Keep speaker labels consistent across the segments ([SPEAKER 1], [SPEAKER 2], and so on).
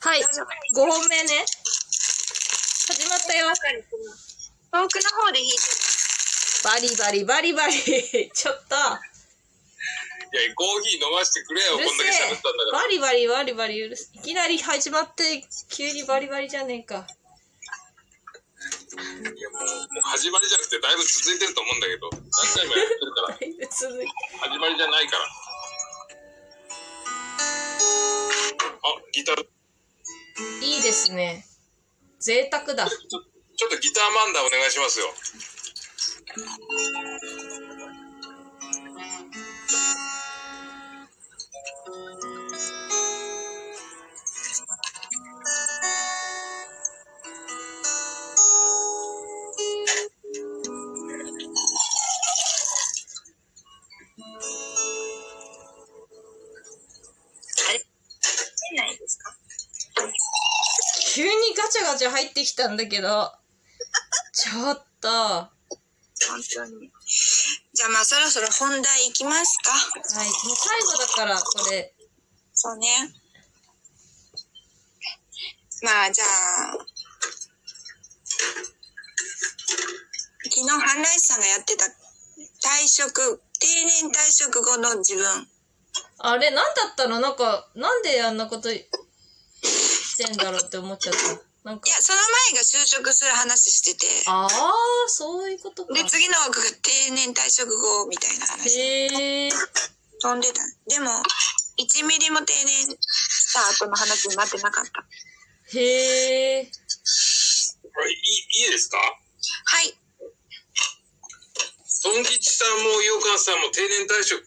[SPEAKER 1] はい、5本目ね。始まったよ。
[SPEAKER 2] 遠くの方で弾いて
[SPEAKER 1] バリバリバリバリ。 ちょっと。
[SPEAKER 3] いや、コーヒー飲ましてくれ
[SPEAKER 1] う
[SPEAKER 3] よ、
[SPEAKER 1] る
[SPEAKER 3] こんだけ
[SPEAKER 1] せえ
[SPEAKER 3] 喋ったんだから。
[SPEAKER 1] バリバリバリバリうるせいきなり始まって急にバリバリじゃねえか
[SPEAKER 3] いや、もう、もう始まりじゃなくて、だいぶ続いてると思うんだけど。何回もやってるから
[SPEAKER 1] だ、いぶ続い
[SPEAKER 3] 始まりじゃないから。あ、ギター、ちょ
[SPEAKER 1] いいですね贅沢だ
[SPEAKER 3] ちょっとギターマンダーお願いしますよ。
[SPEAKER 2] ないですか
[SPEAKER 1] 急にガチャガチャ入ってきたんだけどちょっとは
[SPEAKER 2] 本当に。じゃあまあそろそろ本題いきますか。
[SPEAKER 1] いもう最後だからこれ
[SPEAKER 2] そうね。まあじゃあ、昨日、ハンライスさんがやってた退職、定年退職後の自分。
[SPEAKER 1] あれなんだったのなんかなんであんなことしてんだろうって思っちゃったなんか
[SPEAKER 2] いや、その前が就職する話してて、
[SPEAKER 1] ああそういうことか
[SPEAKER 2] で、次の枠が定年退職後みたいな話。
[SPEAKER 1] へえ
[SPEAKER 2] 飛んでた。でも、1ミリも定年した後の話になってなかった。
[SPEAKER 1] へえ
[SPEAKER 3] これいい、いいですか
[SPEAKER 2] はい。
[SPEAKER 3] トン吉さんも洋館さんも定年退職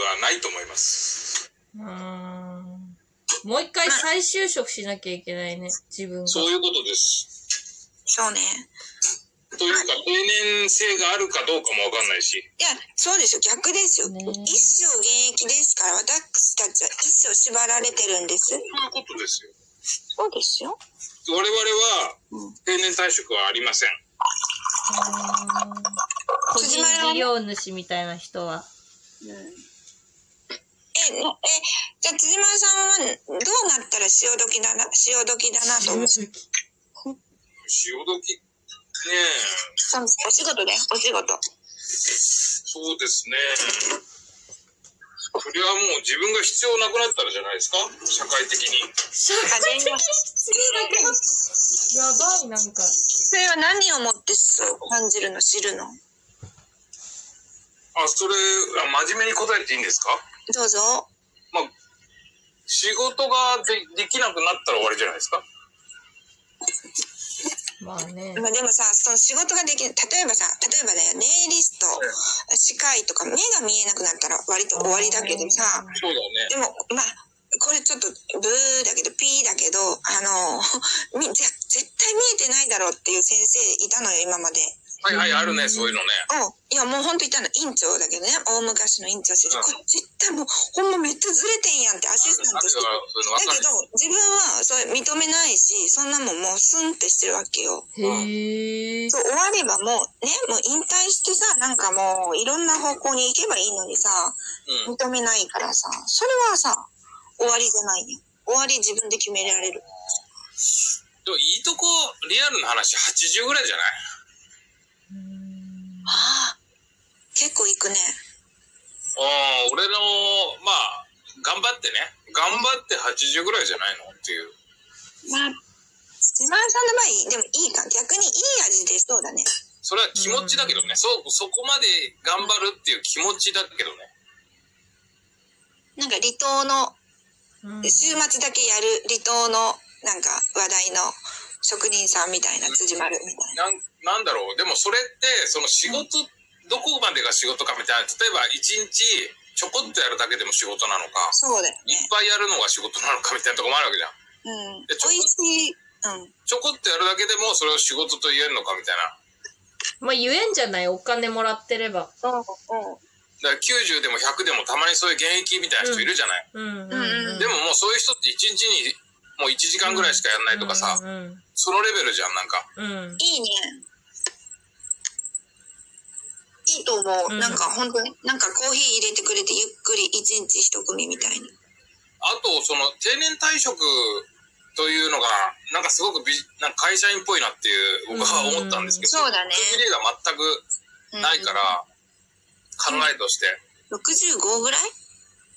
[SPEAKER 3] はないと思います。
[SPEAKER 1] うーんもう一回再就職しなきゃいけないね、自分が。
[SPEAKER 3] そういうことです。
[SPEAKER 2] そうね。
[SPEAKER 3] というか、定年性があるかどうかもわかんないし。
[SPEAKER 2] いや、そうですよ。逆ですよ。
[SPEAKER 1] ね
[SPEAKER 2] 一生現役ですから、私たちは一生縛られてるんです。
[SPEAKER 3] そういうことですよ。
[SPEAKER 2] そうですよ。
[SPEAKER 3] 我々は
[SPEAKER 2] うん
[SPEAKER 3] 定年退職はありません。
[SPEAKER 1] うーん個人事業主みたいな人は。
[SPEAKER 2] え、え、じゃあ、辻丸さんは、どうなったら潮時だな、潮時だなと思う。
[SPEAKER 3] 潮時ねえ、
[SPEAKER 2] そうですお仕事だよ、お仕事。
[SPEAKER 3] そうですね。それはもう自分が必要なくなったらじゃないですか社会的に。
[SPEAKER 1] 社
[SPEAKER 2] あ、
[SPEAKER 1] 会的
[SPEAKER 2] 全然
[SPEAKER 1] に。やばい、なんか。
[SPEAKER 2] それは何をもってそう感じるの、知るの。
[SPEAKER 3] あ、それ、あ真面目に答えていいんですか
[SPEAKER 2] どうぞ。
[SPEAKER 3] まあ、仕事がでできなくなったら終わりじゃないですか
[SPEAKER 1] まあね。
[SPEAKER 2] まあでもさ、その仕事ができない。例えばさ、例えばだよ、ネイリスト、歯科医とか目が見えなくなったら割と終わりだけどさ、
[SPEAKER 3] そうだよね。
[SPEAKER 2] でも、まあ、これちょっとブーだけど、ピーだけど、あの、 みぜ絶対見えてないだろうっていう先生いたのよ、今まで。
[SPEAKER 3] はいはい、あるね、そういうのね。
[SPEAKER 2] おいや、もうほんといたの、院長だけどね、大昔の院長先生。これ絶対もう、ほんまめっちゃずれてんやんってアシスタン
[SPEAKER 3] あ
[SPEAKER 2] ト
[SPEAKER 3] る
[SPEAKER 2] して。
[SPEAKER 3] からそう
[SPEAKER 2] だ
[SPEAKER 3] いうの分か
[SPEAKER 2] け
[SPEAKER 3] る
[SPEAKER 2] ど。、自分はそれ認めないし、そんなもんもうスンってしてるわけよ。
[SPEAKER 1] へえ。
[SPEAKER 2] そう終わればもうね、もう引退してさ、なんかもういろんな方向に行けばいいのにさ、
[SPEAKER 3] うん。
[SPEAKER 2] 認めないからさ、それはさ、終わりじゃないね。終わり自分で決められる。
[SPEAKER 3] でもいいとこ、リアルな話、80ぐらいじゃない
[SPEAKER 2] ああ、結構行くね。
[SPEAKER 3] うん、俺の、まあ、頑張ってね。頑張って80ぐらいじゃないのっていう。
[SPEAKER 2] まあ、自慢さんの場合、でもいいか。逆にいい味でそうだね。
[SPEAKER 3] それは気持ちだけどね。そう、そこまで頑張るっていう気持ちだけどね。
[SPEAKER 2] なんか離島の、
[SPEAKER 1] うん
[SPEAKER 2] 週末だけやる離島の、なんか話題の職人さんみたいな、辻丸みたいな。
[SPEAKER 3] なん、なんだろう。でもそれって、その仕事、どこまでが仕事かみたいな。例えば、1日、ちょこっとやるだけでも仕事なのか、
[SPEAKER 2] そうだよ
[SPEAKER 3] い
[SPEAKER 2] ね
[SPEAKER 3] っ。ぱいやるのが仕事なのかみたいなとこもあるわけじゃん。
[SPEAKER 2] うん。
[SPEAKER 3] えちょ
[SPEAKER 2] 美味しい。うん。
[SPEAKER 3] ちょこっとやるだけでも、それを仕事と言えるのかみたいな。
[SPEAKER 1] まあ言えんじゃないお金もらってれば。
[SPEAKER 2] うん。
[SPEAKER 3] だから90でも100でもたまにそういう現役みたいな人いるじゃない、
[SPEAKER 1] うん。うん
[SPEAKER 2] うん
[SPEAKER 3] でももうそういう人って1日にもう1時間ぐらいしかやんないとかさ、
[SPEAKER 1] うん。
[SPEAKER 3] そのレベルじゃん、なんか。
[SPEAKER 1] うん。
[SPEAKER 2] いいね。いいと思う。
[SPEAKER 1] うん
[SPEAKER 2] なんか本当に、なんかコーヒー入れてくれてゆっくり一日一組みたいに。
[SPEAKER 3] あと、その定年退職というのが、なんかすごくびなんか会社員っぽいなっていう、僕は思ったんですけど、
[SPEAKER 2] うんそうだね
[SPEAKER 3] 区切りが全くないから、考えとして、
[SPEAKER 2] 65ぐらい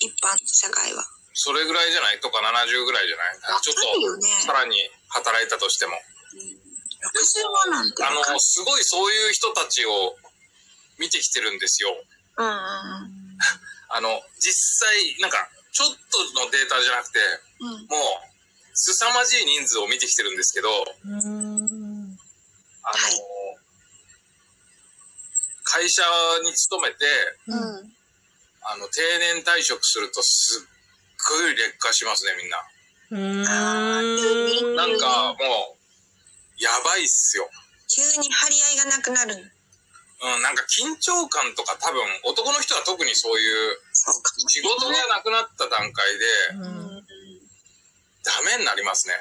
[SPEAKER 2] 一般社会は。
[SPEAKER 3] それぐらいじゃないとか70ぐらいじゃない
[SPEAKER 2] あ
[SPEAKER 3] ちょっ
[SPEAKER 2] あるよね
[SPEAKER 3] と、さらに働いたとしても。
[SPEAKER 2] 65なんて
[SPEAKER 3] あ
[SPEAKER 2] 若い
[SPEAKER 3] の、すごいそういう人たちを見てきてるんですよ。
[SPEAKER 2] うんうん
[SPEAKER 3] あの、実際、なんか、ちょっとのデータじゃなくて、
[SPEAKER 2] うん。うん
[SPEAKER 3] もう、凄まじい人数を見てきてるんですけど、あ
[SPEAKER 1] うん。
[SPEAKER 3] の、
[SPEAKER 2] はい
[SPEAKER 3] 会社に勤めて、
[SPEAKER 1] うん。
[SPEAKER 2] うん。
[SPEAKER 3] あの、定年退職するとすっごい劣化しますね、みんな。
[SPEAKER 1] うん。
[SPEAKER 3] な
[SPEAKER 2] なん
[SPEAKER 3] か、もう、やばいっすよ。
[SPEAKER 2] 急に張り合いがなくなる。
[SPEAKER 3] うん、なんか緊張感とか多分、男の人は特にそういう、
[SPEAKER 2] そうか。
[SPEAKER 3] 仕事がなくなった段階で、
[SPEAKER 1] うん
[SPEAKER 3] ダメになりますね。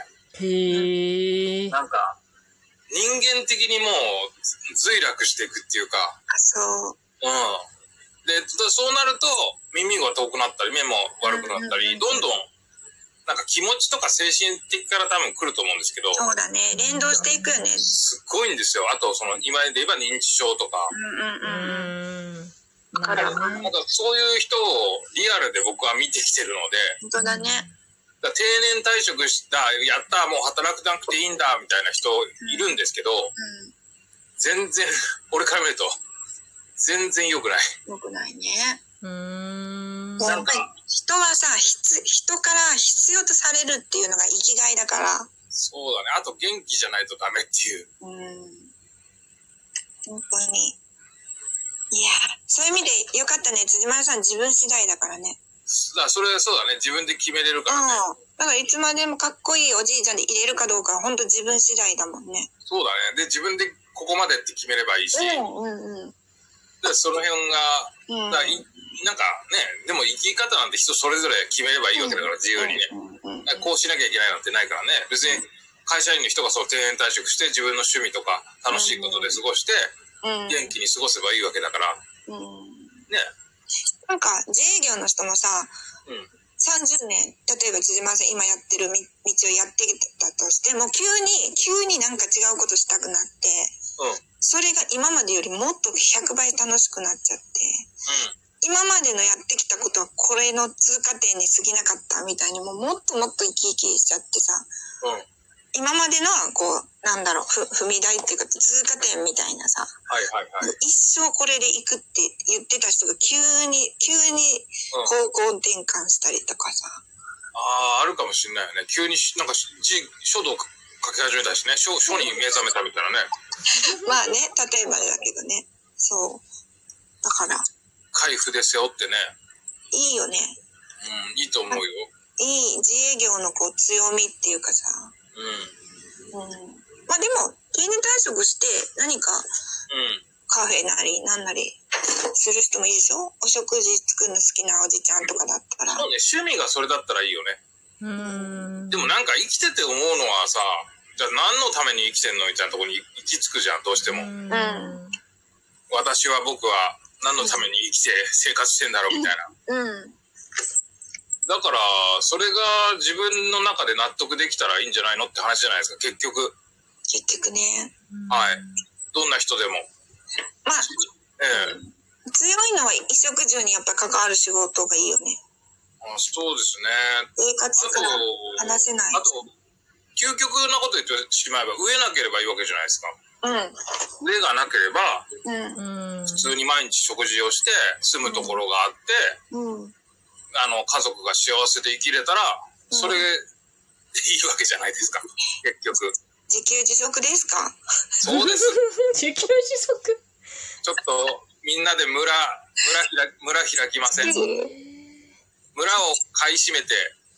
[SPEAKER 1] へえ。
[SPEAKER 3] なんか、人間的にもう、ず墜落していくっていうか、
[SPEAKER 2] あ、そ
[SPEAKER 3] う
[SPEAKER 2] う。
[SPEAKER 3] ん。で、そうなると、耳が遠くなったり、目も悪くなった
[SPEAKER 2] うんうんうん
[SPEAKER 3] り、どんどん、なんか気持ちとか精神的から多分来ると思うんですけど、
[SPEAKER 2] そうだね。連動していくよね。
[SPEAKER 3] すっごいんですよ。あと、その、今で言えば認知症とか、
[SPEAKER 2] うん
[SPEAKER 1] う
[SPEAKER 2] うんう
[SPEAKER 1] ん。
[SPEAKER 2] ん。か
[SPEAKER 1] な
[SPEAKER 2] る
[SPEAKER 1] る
[SPEAKER 3] な
[SPEAKER 1] ほど
[SPEAKER 3] ん
[SPEAKER 1] ね
[SPEAKER 3] かそういう人をリアルで僕は見てきてるので、
[SPEAKER 2] 本当だね。
[SPEAKER 3] だから定年退職した、やった、もう働くなくていいんだ、みたいな人いるんですけど、全然、 俺から見ると、全然良くない。
[SPEAKER 2] うん。よくないね。
[SPEAKER 1] うん。
[SPEAKER 2] やっぱり人はさ、必人から必要とされるっていうのが生きがいだから。
[SPEAKER 3] そうだね。あと元気じゃないとダメっていう。
[SPEAKER 2] うん。本当に。いやー、そういう意味でよかったね。辻丸さん自分次第だからね。
[SPEAKER 3] だからそれはそうだね。自分で決めれるからね。
[SPEAKER 2] うん。だからいつまでもかっこいいおじいちゃんで入れるかどうかは本当自分次第だもんね。
[SPEAKER 3] そうだね。で、自分でここまでって決めればいいし、
[SPEAKER 2] うんうんうん。
[SPEAKER 3] でその辺が、
[SPEAKER 2] うん
[SPEAKER 3] だからいなんかね、でも生き方なんて人それぞれ決めればいいわけだから、自由にね。
[SPEAKER 2] うんうんうん
[SPEAKER 3] だからこうしなきゃいけないなんてないからね。別に会社員の人がそう定年退職して自分の趣味とか楽しいことで過ごして、
[SPEAKER 2] う
[SPEAKER 3] 元
[SPEAKER 2] ん
[SPEAKER 3] 気に過ごせばいいわけだから、
[SPEAKER 2] うん
[SPEAKER 3] ね。
[SPEAKER 2] なんか自営業の人もさ、
[SPEAKER 3] うん。
[SPEAKER 2] 30年、例えば辻丸さん今やってる道道をやってきたとしても、急に、急になんか違うことしたくなって、
[SPEAKER 3] うん。うん。
[SPEAKER 2] それが今までよりもっと100倍楽しくなっちゃって、今までのやってきたことはこれの通過点に過ぎなかったみたいに、もうもっともっと生き生きしちゃってさ、
[SPEAKER 3] うん。
[SPEAKER 2] 今までのはこう、なんだろう、ふ踏み台っていうか通過点みたいなさ、
[SPEAKER 3] はいはいはい。
[SPEAKER 2] 一生これで行くって言ってた人が急に、急に方向転換したりとかさ、
[SPEAKER 3] ああ、あるかもしれないよね。急にし、なんかし、じ書道書き始めたしね。書、書に目覚めたみたいなね。
[SPEAKER 2] まあね、例えばだけどね。そう。だから、
[SPEAKER 3] 開封で背負ってね。
[SPEAKER 2] いいよね。
[SPEAKER 3] うん、いいと思うよ。
[SPEAKER 2] いい自営業のこう強みっていうかさ。
[SPEAKER 3] うん。
[SPEAKER 2] うん。まあでも、定年退職して何か
[SPEAKER 3] うん。
[SPEAKER 2] カフェなり何なりする人もいいでしょお食事作るの好きなおじちゃんとかだったら。
[SPEAKER 3] そうね、趣味がそれだったらいいよね。
[SPEAKER 1] うん。
[SPEAKER 3] でもなんか生きてて思うのはさ、じゃあ何のために生きてんのみたいなとこに行き着くじゃん、どうしても。
[SPEAKER 1] うん。
[SPEAKER 3] 私は僕は何のために生きて生活してんだろうみたいな。
[SPEAKER 2] うん。
[SPEAKER 3] だから、それが自分の中で納得できたらいいんじゃないのって話じゃないですか、結局。
[SPEAKER 2] 結局ね。
[SPEAKER 3] はい。どんな人でも。
[SPEAKER 2] まあ、
[SPEAKER 3] ええ
[SPEAKER 2] 強いのは衣食住にやっぱ関わる仕事がいいよね。
[SPEAKER 3] あそうですね。
[SPEAKER 2] 生活から
[SPEAKER 3] あと、
[SPEAKER 2] 話せない
[SPEAKER 3] あ。と、究極なこと言ってしまえば、飢えなければいいわけじゃないですか。
[SPEAKER 2] う
[SPEAKER 3] 飢えがなければ、
[SPEAKER 2] ん。う
[SPEAKER 1] う
[SPEAKER 2] ん。
[SPEAKER 1] ん。
[SPEAKER 3] 普通に毎日食事をして、住むところがあって、
[SPEAKER 2] うん。
[SPEAKER 3] あの、家族が幸せで生きれたら、それでいいわけじゃないですか。結局。
[SPEAKER 2] 自給自足ですか
[SPEAKER 3] そうです。
[SPEAKER 1] 自給自足。
[SPEAKER 3] ちょっと、みんなで村、村開き、村開きません。村を買い占めて、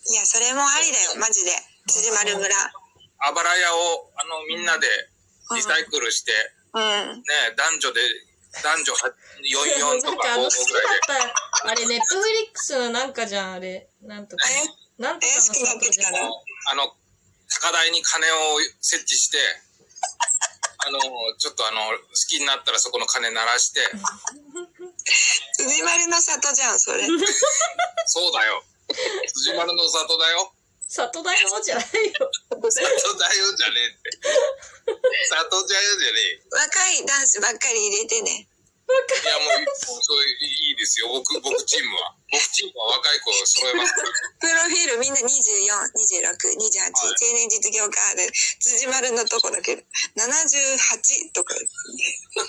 [SPEAKER 2] いや、それもありだよ、マジで。辻丸村。
[SPEAKER 3] あばら屋を、あの、みんなでリサイクルして、
[SPEAKER 2] うん。
[SPEAKER 3] ね、男女で、男女は44
[SPEAKER 1] な
[SPEAKER 3] と
[SPEAKER 1] ん
[SPEAKER 3] か
[SPEAKER 1] かあ
[SPEAKER 3] 55
[SPEAKER 1] の好きだっ
[SPEAKER 3] ぐらいで。
[SPEAKER 1] た、あれ、ネットフリックスのなんかじゃん、あれ。なんとか。なんとかのサークルじゃん。
[SPEAKER 2] え好きなの
[SPEAKER 3] あの、高台に金を設置して、 あの、ちょっとあの、好きになったらそこの金鳴らして、
[SPEAKER 2] 辻丸の里じゃん、それ。
[SPEAKER 3] そうだよ。辻丸の里だよ。
[SPEAKER 1] 里大のじゃないよ。
[SPEAKER 3] 里だよじゃねえって。里じゃよじゃねえよ。
[SPEAKER 2] 若い男子ばっかり入れてね。
[SPEAKER 3] いやもう、そういいですよ。僕、僕チームは。僕チームは若い子を揃えますから。
[SPEAKER 2] プロフィールみんな24、26、28、定年実業家で、辻丸のとこだけど、78とか。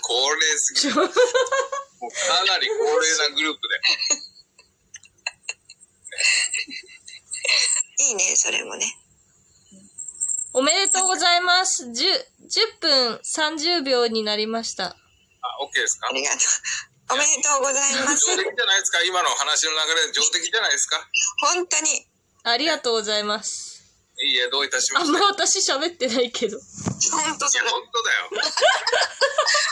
[SPEAKER 3] 高齢すぎる。もうかなり高齢なグループで。
[SPEAKER 2] いいね、それもね。
[SPEAKER 1] おめでとうございます。10、10分30秒になりました。
[SPEAKER 3] あ、OK ですか
[SPEAKER 2] あ
[SPEAKER 3] 上
[SPEAKER 2] りがとう。おめでとうござ います。
[SPEAKER 3] 出来じゃないですか今の話の流れ、上出来じゃないですか
[SPEAKER 2] 本当に。
[SPEAKER 1] ありがとうございます。
[SPEAKER 3] いいえ、どういたしま
[SPEAKER 1] あ
[SPEAKER 3] し
[SPEAKER 1] ん
[SPEAKER 3] て。い
[SPEAKER 1] ま私喋ってないけど。
[SPEAKER 2] 本当そ
[SPEAKER 3] や、
[SPEAKER 2] れ。
[SPEAKER 3] 本当だよ。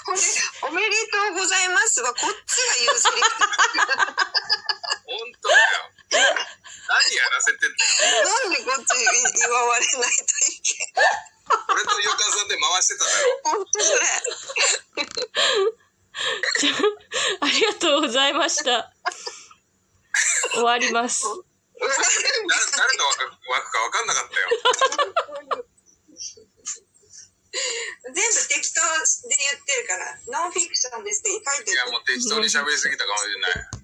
[SPEAKER 2] ほんで おめでとうございますはこっちが言うセリフ。
[SPEAKER 3] 本当だよ。何やらせてんだよ。
[SPEAKER 2] なんでこっち言わわれないといけない。
[SPEAKER 3] 俺とゆかさんで回してただろ。
[SPEAKER 2] 本当それ。
[SPEAKER 1] ありがとうございました。終わります。
[SPEAKER 3] な誰の枠枠か分かんなかったよ。
[SPEAKER 2] 全部適当で言ってるから、ノンフィクションですって書い
[SPEAKER 3] い
[SPEAKER 2] て
[SPEAKER 3] や、
[SPEAKER 2] る。
[SPEAKER 3] もう適当に喋りすぎたかもしれない。